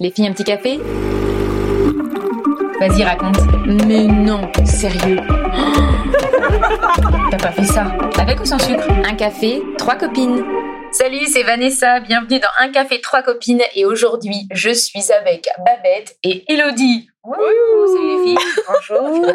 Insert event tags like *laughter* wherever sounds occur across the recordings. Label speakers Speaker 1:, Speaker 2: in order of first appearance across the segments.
Speaker 1: Les filles, un petit café Vas-y, raconte. Mais non, sérieux. *gasps* T'as pas fait ça Avec ou sans sucre Un café, trois copines. Salut, c'est Vanessa. Bienvenue dans Un café, trois copines. Et aujourd'hui, je suis avec Babette et Elodie. Wouhou, salut les filles. Bonjour.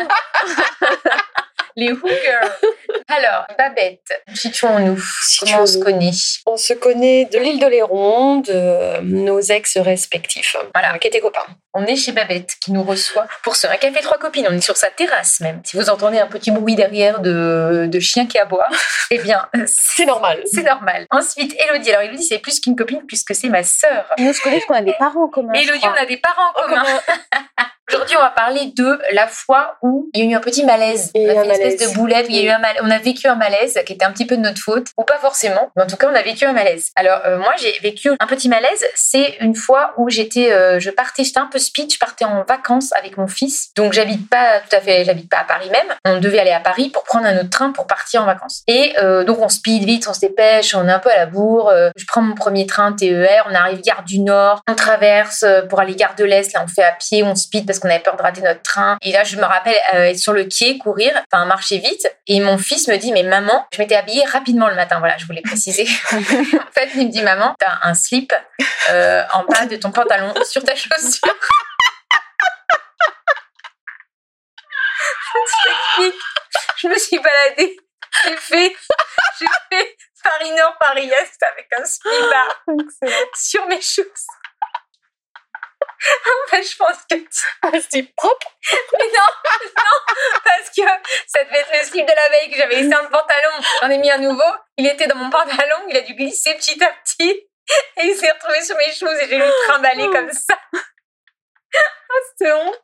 Speaker 1: les hookers. *laughs* Alors, Babette, situons-nous. Comment on se
Speaker 2: Situons-nous.
Speaker 1: connaît
Speaker 2: On se connaît de l'île de Léron, de euh, nos ex respectifs,
Speaker 1: Voilà.
Speaker 2: qui étaient copains.
Speaker 1: On est chez Babette qui nous reçoit pour ce un café trois copines. On est sur sa terrasse même. Si vous entendez un petit bruit derrière de, de chien qui aboie, *laughs* eh bien,
Speaker 2: C'est normal. *laughs*
Speaker 1: c'est normal. Ensuite, Elodie. Alors, Elodie, c'est plus qu'une copine puisque c'est ma sœur.
Speaker 3: Nous, je connais parce qu'on a des parents en commun.
Speaker 1: Mais
Speaker 3: je
Speaker 1: Elodie,
Speaker 3: crois.
Speaker 1: on a des parents en commun. *laughs* Aujourd'hui, on va parler de la fois où il y a eu un petit malaise.
Speaker 2: Il y a
Speaker 1: on a fait
Speaker 2: eu un
Speaker 1: une espèce
Speaker 2: malaise.
Speaker 1: de boulette. où il y a eu un mal- On a vécu un malaise qui était un petit peu de notre faute, ou pas forcément. Mais en tout cas, on a vécu un malaise. Alors, euh, moi, j'ai vécu un petit malaise. C'est une fois où j'étais, euh, je partais, j'étais un peu speed, je partais en vacances avec mon fils. Donc, j'habite pas tout à fait, j'habite pas à Paris même. On devait aller à Paris pour prendre un autre train pour partir en vacances. Et euh, donc, on speed vite, on se dépêche, on est un peu à la bourre. Euh, je prends mon premier train TER, on arrive gare du Nord, on traverse euh, pour aller gare de l'Est. Là, on fait à pied, on speed parce qu'on avait peur de rater notre train. Et là, je me rappelle euh, être sur le quai, courir, enfin marcher vite. Et mon fils me dit, mais maman, je m'étais habillée rapidement le matin. Voilà, je voulais préciser. en fait, il me dit, maman, t'as un slip euh, en bas de ton pantalon sur ta chaussure. *laughs* Je t'explique. Je me suis baladée. J'ai fait, j'ai fait Paris Nord, Paris Est avec un slip à sur mes choses. *laughs* En fait, je pense que.
Speaker 2: Ah, c'est propre.
Speaker 1: Mais non, non, parce que ça devait être le slip de la veille que j'avais laissé dans le pantalon. J'en ai mis un nouveau. Il était dans mon pantalon. Il a dû glisser petit à petit. *laughs* Et il s'est retrouvé sur mes choses et j'ai dû le trimballer comme ça. *laughs* Oh, c'est honte.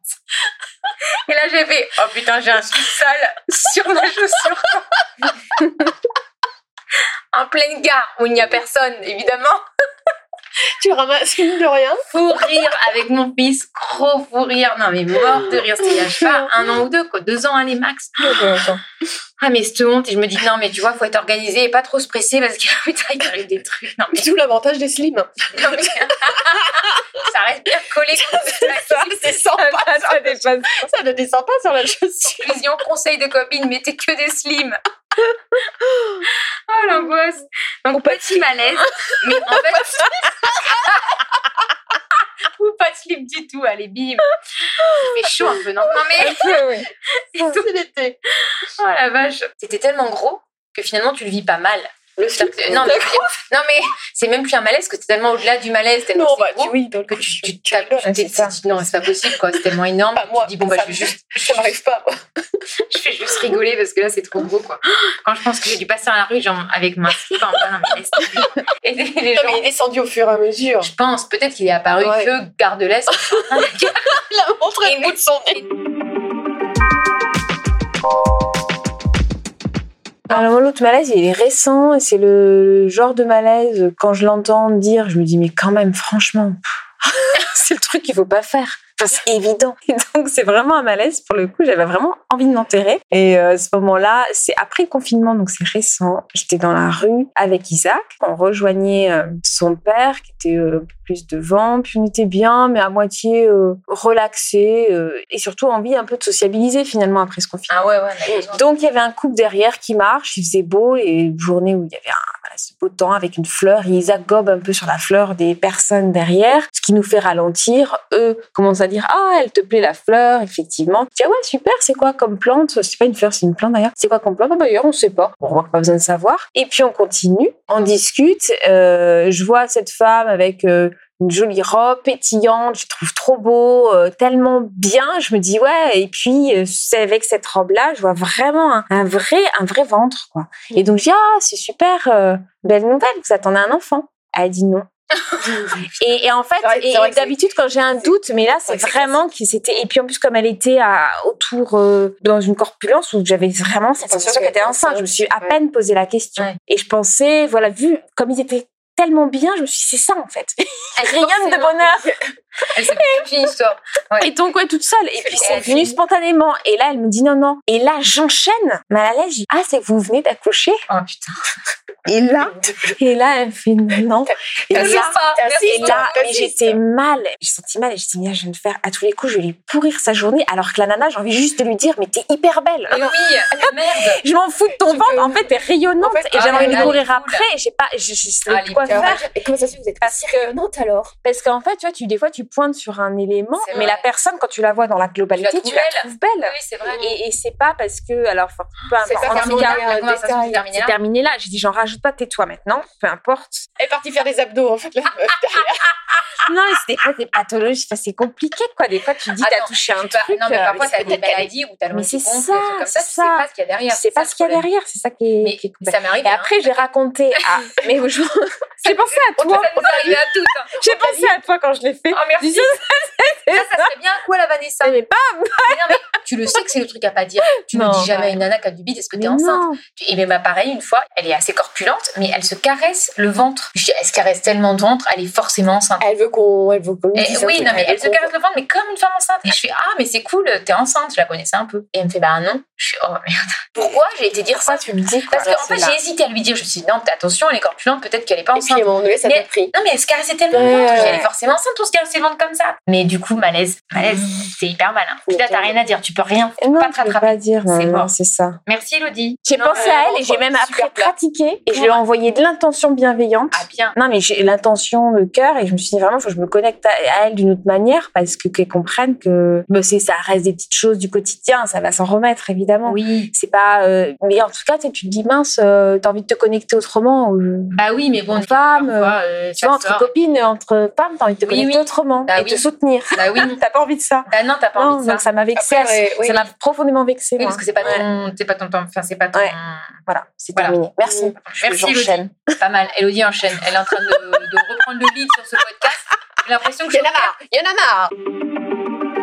Speaker 1: Et là, j'ai fait Oh putain, j'ai un slip sale sur ma chaussure. en pleine gare où il n'y a personne, évidemment.
Speaker 2: Tu ramasses mine de rien.
Speaker 1: fou rire avec mon fils, gros fou rire. Non, mais mort de rire, c'était il y a, je sais pas un an ou deux, quoi, deux ans, allez, max. Ah, mais cette honte, et je me dis, non, mais tu vois, faut être organisé et pas trop stressé parce que, *laughs* putain, il arrive des trucs. Non, *laughs* mais
Speaker 2: D'où l'avantage des slims.
Speaker 1: comme ça reste bien collé.
Speaker 2: Ça, *laughs* Ah,
Speaker 1: *laughs*
Speaker 2: c'est sympa. Ça, ça ne descend pas sur la chaussure.
Speaker 1: Conclusion, conseil de copine, mettez que des slims. Oh l'angoisse. Donc petit malaise, mais
Speaker 2: *laughs*
Speaker 1: en fait. Ou pas de slip du tout, allez bim. Il fait chaud un peu, non Non
Speaker 2: *laughs*
Speaker 1: mais.
Speaker 2: C'est l'été.
Speaker 1: Oh la vache C'était tellement gros que finalement tu le vis pas mal. Le non, mais, non mais c'est même plus un malaise que c'est tellement au-delà du malaise, tellement
Speaker 2: Non,
Speaker 1: c'est
Speaker 2: bah,
Speaker 1: gros
Speaker 2: tu- oui, donc
Speaker 1: que tu, tu, t'as- tu
Speaker 2: Ouais,
Speaker 1: t'es
Speaker 2: c'est ça.
Speaker 1: tu dis non c'est pas possible quoi, c'est tellement énorme.
Speaker 2: Bah, moi,
Speaker 1: tu dis bon bah
Speaker 2: ça
Speaker 1: je vais
Speaker 2: me-
Speaker 1: juste
Speaker 2: ça m'arrive pas. moi.
Speaker 1: je vais juste rigoler parce que là c'est trop gros quoi. Quand je pense que j'ai dû passer à la rue genre avec ma slip en bas, non, mais laisse tomber. Et les- les
Speaker 2: Non,
Speaker 1: gens-
Speaker 2: mais il est descendu au fur et à *laughs* mesure.
Speaker 1: je pense peut-être qu'il est apparu
Speaker 2: Ouais.
Speaker 1: que Gare de l'Est.
Speaker 2: Il a montré le bout de son nez.
Speaker 3: Ah, Alors, moi, l'autre malaise, il est récent et c'est le genre de malaise, quand je l'entends dire, je me dis, mais quand même, franchement, pff, *laughs* c'est le truc qu'il faut pas faire. Enfin, c'est évident. Et donc, c'est vraiment un malaise. Pour le coup, j'avais vraiment envie de m'enterrer. Et euh, ce moment-là, c'est après le confinement, donc c'est récent. J'étais dans la rue avec Isaac. On rejoignait euh, son père, qui était euh, plus devant. Puis on était bien, mais à moitié euh, relaxé. euh, et surtout, envie un peu de sociabiliser finalement après ce confinement.
Speaker 1: Ah ouais
Speaker 3: *laughs*
Speaker 1: ouais. on a besoin.
Speaker 3: Donc il y avait un couple derrière qui marche, il faisait beau et une journée où il y avait un, voilà, ce beau temps avec une fleur, et Isaac gobe un peu sur la fleur des personnes derrière, ce qui nous fait ralentir. Eux commencent à dire ah elle te plaît la fleur effectivement. Tu dis ah ouais super c'est quoi comme plante C'est pas une fleur c'est une plante d'ailleurs. C'est quoi comme plante Ah, D'ailleurs on sait pas. On n'a pas besoin de savoir. Et puis on continue, on discute. euh, je vois cette femme avec euh, une jolie robe pétillante, je le trouve trop beau, euh, tellement bien. Je me dis ouais. Et puis euh, c'est avec cette robe-là, je vois vraiment un, un vrai, un vrai ventre quoi. Et donc je dis ah c'est super, euh, belle nouvelle. Vous attendez un enfant Elle
Speaker 2: *laughs*
Speaker 3: dit non. et, et en fait,
Speaker 2: C'est vrai- c'est
Speaker 3: et-
Speaker 2: vrai
Speaker 3: et
Speaker 2: que c'est-
Speaker 3: d'habitude quand j'ai un doute, mais là c'est
Speaker 2: Ouais, c'est
Speaker 3: vraiment que c'était. Et puis en plus comme elle était à, autour euh, dans une corpulence où j'avais vraiment cette
Speaker 2: Attention
Speaker 3: sensation
Speaker 2: qu'elle
Speaker 3: qu'elle était
Speaker 2: était
Speaker 3: enceinte, je me suis à
Speaker 2: Ouais.
Speaker 3: peine posé la question.
Speaker 1: Ouais.
Speaker 3: Et je pensais voilà vu comme ils étaient tellement bien, je me suis dit, c'est ça en fait. Rien de bonheur.
Speaker 1: Elle s'est fait une histoire.
Speaker 3: Et donc, ouais, toute seule. Et puis, c'est
Speaker 1: Elle
Speaker 3: venu
Speaker 1: finit.
Speaker 3: spontanément. Et là, elle me dit non, non. Et là, j'enchaîne. Mal à l'aise, je dis, ah, c'est que vous venez d'accoucher.
Speaker 1: Oh putain.
Speaker 3: Et là, et là, elle me fait non. Et
Speaker 1: T'as
Speaker 3: là,
Speaker 1: juste ça.
Speaker 2: t'as
Speaker 1: Merci.
Speaker 3: et là,
Speaker 2: t'as
Speaker 3: mais
Speaker 2: dit
Speaker 3: j'étais mal. J'ai senti mal et j'ai dit, Mia, je vais me faire à tous les coups, je vais lui pourrir sa journée. Alors que la nana, j'ai envie juste de lui dire, mais t'es hyper belle.
Speaker 1: Mais oui, ah, merde.
Speaker 3: Je m'en fous de ton
Speaker 2: Tu
Speaker 3: ventre.
Speaker 2: peux-
Speaker 3: En fait, t'es rayonnante.
Speaker 2: En fait,
Speaker 3: et
Speaker 1: ah,
Speaker 3: j'avais envie de
Speaker 1: elle est
Speaker 3: courir
Speaker 1: cool.
Speaker 3: après. Et j'ai pas, je, je savais
Speaker 1: Ah,
Speaker 3: plus
Speaker 1: elle est
Speaker 3: quoi
Speaker 1: bien.
Speaker 3: faire.
Speaker 2: Et comment ça se fait que vous êtes pas rayonnante alors
Speaker 3: Parce qu'en fait, tu vois, tu, des fois, tu pointes sur un élément,
Speaker 1: C'est
Speaker 3: mais
Speaker 1: vrai.
Speaker 3: la personne, quand tu la vois dans la globalité, tu la
Speaker 1: trouves
Speaker 3: trouves belle.
Speaker 1: Oui, c'est vrai.
Speaker 3: Et, euh, et c'est pas parce que, alors, enfin, peu
Speaker 2: C'est
Speaker 3: importe.
Speaker 2: pas
Speaker 3: En tout
Speaker 2: terminé
Speaker 3: cas,
Speaker 2: là,
Speaker 1: la conversation
Speaker 2: détail.
Speaker 1: s'est terminée
Speaker 3: c'est
Speaker 1: euh, là.
Speaker 3: terminé là. J'ai dit, j'en rajoute pas, tais-toi maintenant, peu importe.
Speaker 2: Elle est partie faire des abdos en fait. la meuf.
Speaker 3: Non, et c'est des fois des pathologies, enfin, c'est compliqué, quoi. Des fois, tu dis, t'as
Speaker 1: Attends,
Speaker 3: touché un
Speaker 1: Tu vas-
Speaker 3: truc.
Speaker 1: non, mais
Speaker 3: euh,
Speaker 1: parfois, t'as
Speaker 3: c'est
Speaker 1: des
Speaker 3: peut-être qu'elle-
Speaker 1: maladies ou t'as le
Speaker 3: Mais
Speaker 1: rhume
Speaker 3: c'est
Speaker 1: qui gonfle,
Speaker 3: ça,
Speaker 1: des trucs comme ça,
Speaker 3: c'est
Speaker 1: tu sais
Speaker 3: ça.
Speaker 1: pas ce qu'il y a derrière.
Speaker 3: Tu sais pas ce qu'il y a derrière, c'est ça qui est.
Speaker 1: Mais
Speaker 3: qui est
Speaker 1: Ça m'arrive.
Speaker 3: Et après, j'ai raconté *laughs* à. Mais je- j'ai pensé à
Speaker 1: on
Speaker 3: toi.
Speaker 1: hein. ça nous arrive à toutes. hein.
Speaker 3: J'ai pensé à toi quand je l'ai fait.
Speaker 1: Oh, merci.
Speaker 3: Disons,
Speaker 1: Ça, ça serait bien quoi la Vanessa
Speaker 3: mais pas
Speaker 1: Mais non, mais tu le sais que c'est le truc à pas dire. Tu
Speaker 3: Non.
Speaker 1: ne dis jamais à une nana qui a du bide est-ce que t'es
Speaker 3: mais
Speaker 1: enceinte
Speaker 3: non.
Speaker 1: Et même pareil, une fois, elle est assez corpulente, mais elle se caresse le ventre. Je dis, elle se caresse tellement de ventre, elle est forcément enceinte.
Speaker 2: Elle veut qu'on. Elle veut qu'on. lui
Speaker 1: Et
Speaker 2: dise un
Speaker 1: oui,
Speaker 2: truc,
Speaker 1: non, mais
Speaker 2: veut
Speaker 1: elle se
Speaker 2: qu'on-
Speaker 1: caresse le ventre, mais comme une femme enceinte. Et je fais, ah, mais c'est cool, t'es enceinte, je la connaissais un peu. Et elle me fait, bah non. Je suis, oh merde. Pourquoi j'ai été dire ça
Speaker 3: Pourquoi tu me dis quoi
Speaker 1: Parce qu'en fait, j'ai hésité à lui dire, je me suis dit, non, attention, elle est corpulente, peut-être qu'elle est pas
Speaker 2: Et puis à
Speaker 1: enceinte.
Speaker 2: un moment donné, ça
Speaker 1: Mais-
Speaker 2: t'a pris.
Speaker 1: Non, mais elle se caressait tellement le
Speaker 2: Ouais.
Speaker 1: ventre, je dis, elle est forcément enceinte, on se caresse le ventre comme ça. Mais du coup, malaise, malaise, c'est hyper malin. Puis là, t'as rien à dire, tu peux rien.
Speaker 3: Non,
Speaker 1: pas te
Speaker 3: tu peux
Speaker 1: rattraper.
Speaker 3: pas dire. Non,
Speaker 1: C'est
Speaker 3: non,
Speaker 1: mort.
Speaker 3: c'est ça.
Speaker 1: Merci, Elodie.
Speaker 3: J'ai
Speaker 2: Non,
Speaker 3: pensé
Speaker 2: euh,
Speaker 3: à elle et
Speaker 2: vraiment,
Speaker 3: j'ai même
Speaker 2: super
Speaker 3: après
Speaker 2: plat.
Speaker 3: pratiqué et je lui ai envoyé de l'intention bienveillante.
Speaker 1: Ah, bien.
Speaker 3: Non, mais j'ai l'intention de cœur et je me suis dit vraiment, faut que je me connecte à, à elle d'une autre manière parce que qu'elle comprenne que bah, c'est ça reste des petites choses du quotidien, ça va s'en remettre évidemment.
Speaker 1: Oui.
Speaker 3: C'est pas. euh, mais en tout cas, tu sais, tu te dis mince, euh, t'as envie de te connecter autrement. ou-
Speaker 1: Bah oui, mais bon,
Speaker 3: Entre femmes,
Speaker 1: parfois, euh,
Speaker 3: tu vois,
Speaker 1: ça
Speaker 3: entre
Speaker 1: sort.
Speaker 3: copines, entre femmes, t'as envie de te
Speaker 1: Oui,
Speaker 3: connecter
Speaker 1: oui.
Speaker 3: autrement
Speaker 1: Bah
Speaker 3: et
Speaker 1: oui.
Speaker 3: te soutenir.
Speaker 1: Bah oui.
Speaker 3: T'as pas envie de ça.
Speaker 1: Bah non, t'as pas
Speaker 3: non,
Speaker 1: envie de ça.
Speaker 3: donc ça m'a vexée.
Speaker 2: Après, ouais, oui.
Speaker 3: ça m'a profondément vexée.
Speaker 1: Oui,
Speaker 3: moi.
Speaker 1: parce que c'est pas ton, c'est pas ton temps, enfin c'est pas ton.
Speaker 3: Ouais. Voilà, c'est
Speaker 1: Voilà. Mm.
Speaker 3: terminé. Merci.
Speaker 1: Merci,
Speaker 3: J'enchaîne.
Speaker 1: Pas mal. Elodie enchaîne. Elle est en train de, de reprendre le lead sur ce podcast. J'ai l'impression que je
Speaker 2: Il y en a marre Il y en a marre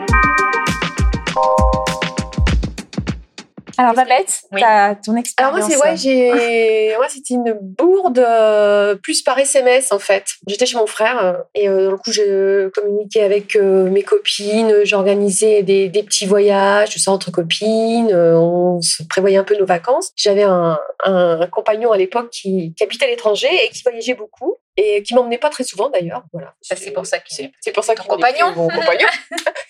Speaker 3: Alors, Babette,
Speaker 1: Oui.
Speaker 3: t'as ton expérience.
Speaker 2: Alors
Speaker 1: Ah,
Speaker 2: moi c'est
Speaker 1: *laughs*
Speaker 2: ouais, j'ai moi c'était une bourde euh, plus par SMS en fait. J'étais chez mon frère euh, et euh, dans le coup je communiquais avec euh, mes copines, j'organisais des, des petits voyages, tout ça entre copines, euh, on se prévoyait un peu nos vacances. J'avais un, un compagnon à l'époque qui, qui habitait à l'étranger et qui voyageait beaucoup et qui m'emmenait pas très souvent d'ailleurs, voilà.
Speaker 1: Ça, c'est pour ça que
Speaker 2: c'est c'est pour ça
Speaker 1: Ton
Speaker 2: qu'on est
Speaker 1: compagnon.
Speaker 2: plus mon compagnon.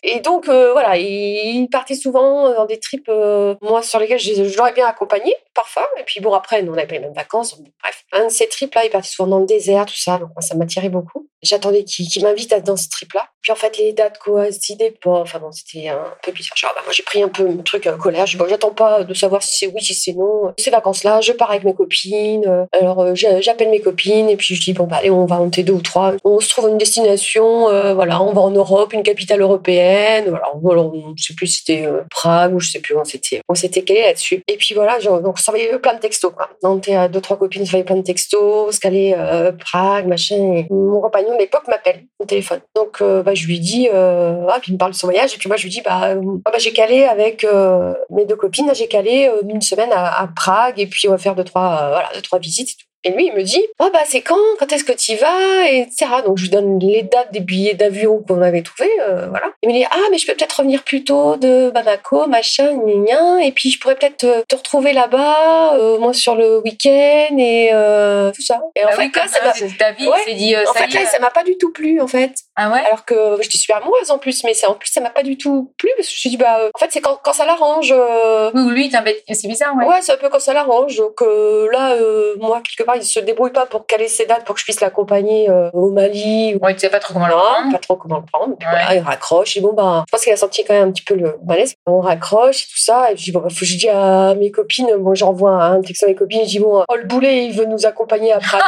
Speaker 2: Et donc, euh, voilà, il partait souvent dans des trips, euh, moi, sur lesquels je, je l'aurais bien accompagné, parfois. Et puis, bon, après, nous, on n'avait pas les mêmes vacances. Bon, bref, un de ces trips-là, il partait souvent dans le désert, tout ça. Donc, moi, ça m'attirait beaucoup. J'attendais qu'il qu'il m'invite à dans ce trip-là. Puis, en fait, les dates coïncidaient pas. Enfin, bon, c'était un peu bizarre. Genre, bah, moi, j'ai pris un peu mon truc en colère. J'ai dit, bon, j'attends pas de savoir si c'est oui, si c'est non. Ces vacances-là, je pars avec mes copines. Euh, Alors, euh, j'a- j'appelle mes copines et puis je dis, bon, bah, allez, on va monter deux ou trois. On se trouve une destination, euh, voilà, on va en Europe, une capitale européenne. Voilà, voilà, on- je sais plus si c'était euh, Prague ou je sais plus où on s'était, on s'était calé là-dessus. Et puis voilà, genre, donc, on s'envoyait plein de textos, quoi. On était à deux, trois copines, on s'envoyait plein de textos, on se calait euh, Prague, machin. Et mon compagnon de l'époque m'appelle au téléphone. Donc, euh, bah, je lui dis, euh, ah, puis il me parle de son voyage. Et puis moi, je lui dis, bah, euh, ah, bah, j'ai calé avec euh, mes deux copines, là, j'ai calé euh, une semaine à, à Prague et puis on va faire deux, trois, euh, voilà, deux, trois visites. et tout. Et lui, il me dit, ah bah c'est quand Quand est-ce que tu y vas Etc. Donc je lui donne les dates des billets d'avion qu'on avait trouvés, euh, voilà. Il me dit, ah mais je peux peut-être revenir plus tôt de Bamako, machin, gna gna, et puis je pourrais peut-être euh, te retrouver là-bas, euh, moi sur le week-end et euh, tout ça.
Speaker 1: Bah
Speaker 2: Et en
Speaker 1: Ah
Speaker 2: fait, là, ça m'a...
Speaker 1: c'est ta vie.
Speaker 2: Ouais.
Speaker 1: C'est dit. euh,
Speaker 2: En
Speaker 1: ça
Speaker 2: fait,
Speaker 1: y
Speaker 2: là,
Speaker 1: est.
Speaker 2: ça m'a pas du tout plu, en fait.
Speaker 1: Ah ouais.
Speaker 2: Alors que j'étais super amoureuse en plus, mais ça, en plus, ça m'a pas du tout plu parce que je me suis dit, bah, euh, en fait, c'est quand, quand ça l'arrange. euh,
Speaker 1: Oui, ou lui, il t'invite. C'est bizarre, ouais.
Speaker 2: Ouais, c'est un peu comme ça l'arrange. Donc euh, là, euh, moi, quelque part, il se débrouille pas pour caler ses dates pour que je puisse l'accompagner euh, au Mali. Ou...
Speaker 1: Ouais, tu sais pas trop comment le
Speaker 2: Voilà,
Speaker 1: prendre.
Speaker 2: pas trop comment le prendre. Puis
Speaker 1: Ouais.
Speaker 2: *laughs* voilà, il raccroche. Et bon, bah, je pense qu'il a senti quand même un petit peu le malaise. On raccroche et tout ça. Et puis, bon, bah, faut que je dis à mes copines, bon, j'envoie un texte à mes copines. Je dis, bon, oh, le boulet, il veut nous accompagner à Prague.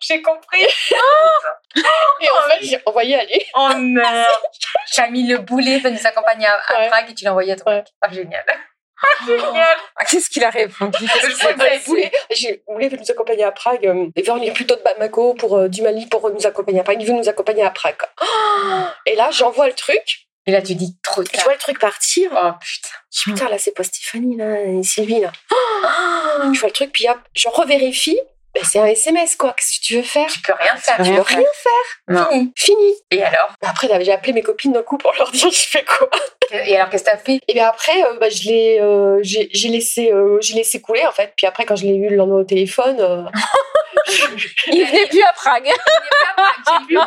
Speaker 1: J'ai compris.
Speaker 2: et en fait, j'ai envoyé aller.
Speaker 1: Oh merde. T'as mis le boulet, venez nous accompagner à, à
Speaker 2: Ouais.
Speaker 1: Prague et tu l'as envoyé à toi.
Speaker 2: Ouais.
Speaker 1: Ah, génial. génial.
Speaker 3: euh, Qu'est-ce qu'il a répondu
Speaker 1: Je sais *laughs* pas,
Speaker 2: Le boulet, j'ai- le boulet veut nous accompagner à Prague. euh, Et vers, il est plutôt de Bamako pour euh, du Mali pour nous accompagner à Prague. Il veut nous accompagner à Prague. quoi. Et là, j'envoie le truc.
Speaker 1: Et là, tu dis trop
Speaker 2: Je
Speaker 1: tard.
Speaker 2: Oh vois le truc partir.
Speaker 1: Oh putain.
Speaker 2: Je Oh dis, putain, là, c'est pas Stéphanie, là, et Sylvie, là. Je vois le truc, puis hop, je revérifie. Ben, c'est un SMS, quoi. Qu'est-ce que tu veux faire
Speaker 1: Tu peux rien faire.
Speaker 2: Tu
Speaker 3: rien
Speaker 2: peux
Speaker 3: faire.
Speaker 2: rien faire.
Speaker 1: Non.
Speaker 2: Fini. Fini.
Speaker 1: Et alors
Speaker 2: Ben, Après, là, j'ai appelé mes copines d'un coup pour leur dire je fais quoi.
Speaker 1: Et alors, qu'est-ce que t'as fait
Speaker 2: Et bien après, euh, bah, je l'ai, euh, j'ai j'ai laissé, euh, j'ai laissé couler en fait. Puis après, quand je l'ai eu le lendemain au téléphone, euh,
Speaker 3: Il venait plus à Prague.
Speaker 2: je lui ai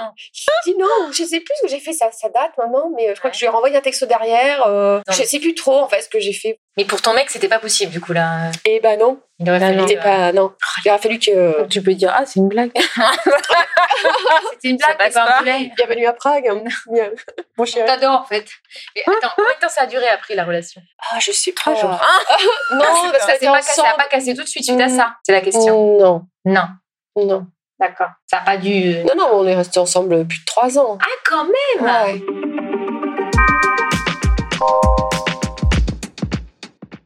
Speaker 2: dit non, je sais plus ce que j'ai fait, ça, ça date maintenant, mais euh, je crois que je lui ai renvoyé un texte derrière. euh,
Speaker 1: Non.
Speaker 2: je sais plus trop en fait ce que j'ai fait.
Speaker 1: *laughs* Mais pour ton mec, c'était pas possible, du coup, là.
Speaker 2: Et ben non,
Speaker 1: Il aurait
Speaker 3: Bah
Speaker 1: fallu.
Speaker 3: non.
Speaker 2: c'était
Speaker 1: euh,
Speaker 2: pas non. Il aurait fallu que euh,
Speaker 3: Tu peux dire, ah, c'est une blague.
Speaker 1: Ah, C'était une
Speaker 3: Ça
Speaker 1: blague, t'es
Speaker 3: passe
Speaker 1: pas un
Speaker 3: pas.
Speaker 1: poulet.
Speaker 2: bienvenue à Prague, hein,
Speaker 1: *laughs*
Speaker 2: bien- mon chéri.
Speaker 1: T'adores, en fait. Mais attends, combien de temps ça a duré après la relation
Speaker 2: Ah, je sais pas.
Speaker 3: Trois jours.
Speaker 2: Non, parce que
Speaker 1: Ça
Speaker 2: c'était
Speaker 1: n'a Ah, pas, cassé- ça a
Speaker 2: ensemble.
Speaker 1: pas cassé tout de suite suite à ça C'est la question.
Speaker 2: Non,
Speaker 1: Non.
Speaker 2: non,
Speaker 1: Mm. D'accord. Ça n'a pas dû. euh,
Speaker 2: non, non, on est restés ensemble plus de trois ans.
Speaker 1: Ah, quand même
Speaker 2: Ouais.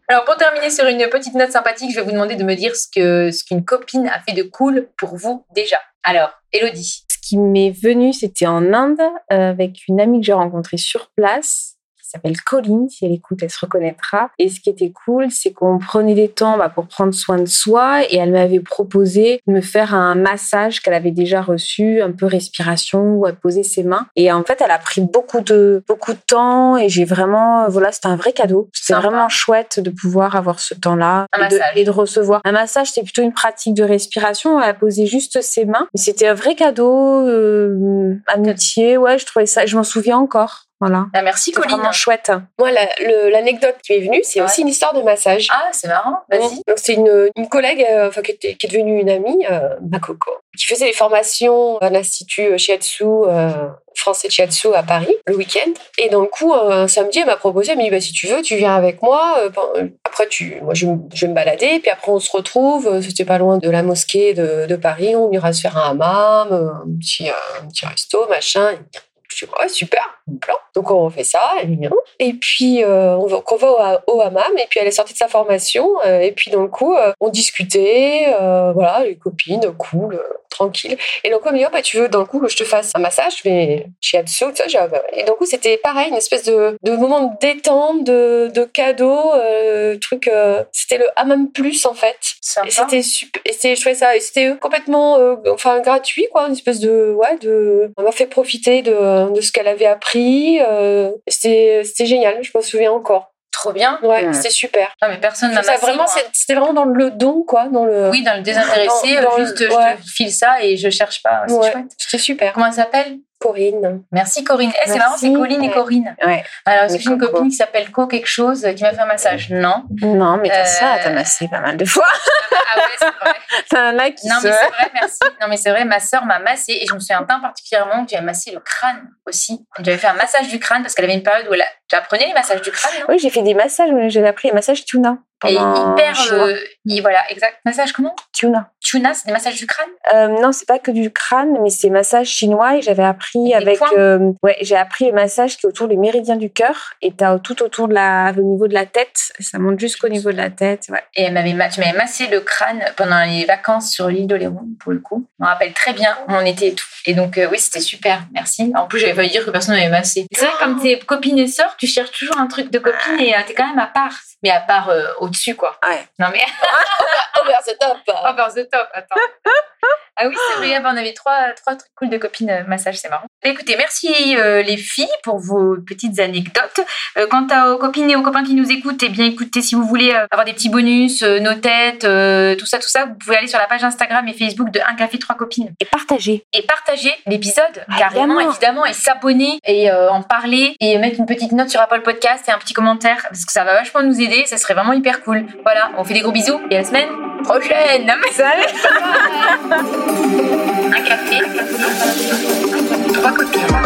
Speaker 1: Alors, pour terminer sur une petite note sympathique, je vais vous demander de me dire ce que ce qu'une copine a fait de cool pour vous déjà. Alors, Elodie.
Speaker 3: Ce qui m'est venu, c'était en Inde euh, avec une amie que j'ai rencontrée sur place qui s'appelle Colline. Si elle écoute, elle se reconnaîtra. Et ce qui était cool, c'est qu'on prenait des temps bah, pour prendre soin de soi et elle m'avait proposé de me faire un massage qu'elle avait déjà reçu, un peu respiration où elle posait ses mains. Et en fait, elle a pris beaucoup de, beaucoup de temps et j'ai vraiment, voilà, c'était un vrai cadeau. C'était
Speaker 1: Sympa.
Speaker 3: vraiment chouette de pouvoir avoir ce temps-là
Speaker 1: Un
Speaker 3: et de-
Speaker 1: massage.
Speaker 3: et de recevoir. Un massage, c'était plutôt une pratique de respiration. Elle a posé juste ses mains. Mais C'était un vrai cadeau, euh, amitié. Ouais, je trouvais ça. Je m'en souviens encore. Voilà.
Speaker 1: Ah, merci,
Speaker 3: C'était
Speaker 1: Colline.
Speaker 3: vraiment chouette.
Speaker 2: Moi, la- le- l'anecdote qui m'est venue, c'est
Speaker 1: Ouais.
Speaker 2: aussi une histoire de massage.
Speaker 1: Ah, c'est marrant. Vas-y.
Speaker 2: Donc c'est une, une collègue euh, enfin, qui, était- qui est devenue une amie, euh, Makoko, qui faisait des formations à l'Institut Shiatsu, euh, français Shiatsu à Paris, le week-end. Et dans le coup, euh, un samedi, elle m'a proposé, elle m'a dit, bah, si tu veux, tu viens avec moi. euh, pen- euh, après, tu, moi, je, vais me- je vais me balader, puis après, on se retrouve. Euh, C'était pas loin de la mosquée de, de Paris, on ira se faire un hammam, euh, un petit, euh, un petit resto, machin. Je dis, ouais, super, bon plan. Donc on fait ça, elle vient. Et puis, euh, on va, qu'on va au, Ha- au hammam. Et puis, elle est sortie de sa formation. euh, et puis, dans le coup, euh, on discutait. euh, voilà, les copines, cool, euh, tranquille. Et donc, on me dit, oh, bah, tu veux, dans le coup, que je te fasse un massage Mais shiatsu, tu sais. j'ai dit, Ah, bah, ouais. Et donc, coup, c'était pareil, une espèce de, de moment de détente, de, de cadeau, euh, truc. euh, c'était le hammam plus, en fait.
Speaker 1: Sympa.
Speaker 2: Et c'était super. Et c'était, je trouvais ça, et c'était complètement, euh, enfin, gratuit, quoi. Une espèce de, ouais, de. On m'a fait profiter de, de ce qu'elle avait appris. euh, c'était, c'était génial. Je m'en souviens encore.
Speaker 1: Trop bien.
Speaker 2: Ouais,
Speaker 3: Ouais.
Speaker 2: c'était super.
Speaker 1: Non, Ah, mais personne
Speaker 2: Je
Speaker 1: n'a
Speaker 2: trouve ça
Speaker 1: massé,
Speaker 2: vraiment,
Speaker 1: moi.
Speaker 2: c'est- c'était vraiment dans le don, quoi. Dans le.
Speaker 1: hein. Oui, dans le désintéressé,
Speaker 2: Dans- dans
Speaker 1: juste
Speaker 2: le-
Speaker 1: je
Speaker 2: ouais.
Speaker 1: te file ça et je cherche pas. C'est
Speaker 2: Ouais,
Speaker 1: chouette. Ah,
Speaker 2: c'était super.
Speaker 1: Comment elle s'appelle
Speaker 2: Corinne.
Speaker 1: Merci Corinne. Eh, c'est
Speaker 3: Merci.
Speaker 1: marrant, c'est Colline et
Speaker 2: Ouais.
Speaker 1: Corinne.
Speaker 3: Ouais.
Speaker 1: Alors, est-ce que
Speaker 3: Mais
Speaker 1: j'ai une
Speaker 3: comme
Speaker 1: copine qui s'appelle Co quelque chose euh, qui m'a fait un massage Non.
Speaker 3: Non, mais
Speaker 1: Euh,
Speaker 3: t'as ça, t'as massé pas mal de fois. *laughs*
Speaker 1: Ah ouais, c'est vrai.
Speaker 3: T'en as
Speaker 1: *laughs*
Speaker 3: qui
Speaker 1: Non,
Speaker 3: se-
Speaker 1: mais c'est vrai, merci. Non, mais c'est vrai, ma sœur m'a massé et je me souviens pas particulièrement que j'avais massé le crâne aussi. J'avais fait un massage du crâne parce qu'elle avait une période où elle a- tu apprenais les massages du crâne, non
Speaker 3: Oui, j'ai fait des massages, mais j'ai appris les massages tuna.
Speaker 1: Et
Speaker 3: pendant
Speaker 1: hyper.
Speaker 3: chez moi.
Speaker 1: euh, et voilà, exact. Massage comment
Speaker 3: Tuna.
Speaker 1: Tuna, c'est des massages du crâne
Speaker 3: Euh, non, c'est pas que du crâne, mais c'est massage chinois et j'avais appris
Speaker 1: Des
Speaker 3: avec.
Speaker 1: points.
Speaker 3: euh, ouais, j'ai appris le massage qui est autour du méridien du cœur et t'as tout autour de la, au niveau de la tête. Ça monte jusqu'au niveau de la tête. Ouais.
Speaker 1: Et elle m'avait ma- tu m'avais massé le crâne pendant les vacances sur l'île d'Oléron, pour le coup. Je me rappelle très bien où on était et tout. Et donc, euh, oui, c'était super, merci. En plus, j'avais failli dire que personne n'avait massé. C'est vrai, que comme tes copines et sœurs, tu cherches toujours un truc de copine et euh, t'es quand même à part. Mais à part euh, au-dessus, quoi.
Speaker 3: Ouais.
Speaker 1: Non, mais
Speaker 2: Oh, merde, c'est top.
Speaker 1: Ah, Oh, Burns the Top, attends. Ah oui, c'est vrai, bah, on avait trois, trois trucs cool de copines euh, massage, c'est marrant. Bah, Écoutez, merci euh, les filles pour vos petites anecdotes. Euh, quant à- aux copines et aux copains qui nous écoutent, eh bien écoutez, si vous voulez euh, avoir des petits bonus, euh, nos têtes, euh, tout ça, tout ça, vous pouvez aller sur la page Instagram et Facebook de Un Café Trois Copines
Speaker 3: Et partager.
Speaker 1: et partager l'épisode, carrément,
Speaker 3: Ah, évidemment.
Speaker 1: évidemment, et s'abonner et euh, en parler et mettre une petite note sur Apple Podcast et un petit commentaire parce que ça va vachement nous aider, ça serait vraiment hyper cool. Voilà, on fait des gros bisous et à la semaine prochaine.
Speaker 3: Salut
Speaker 1: *laughs* Un café, trois copines.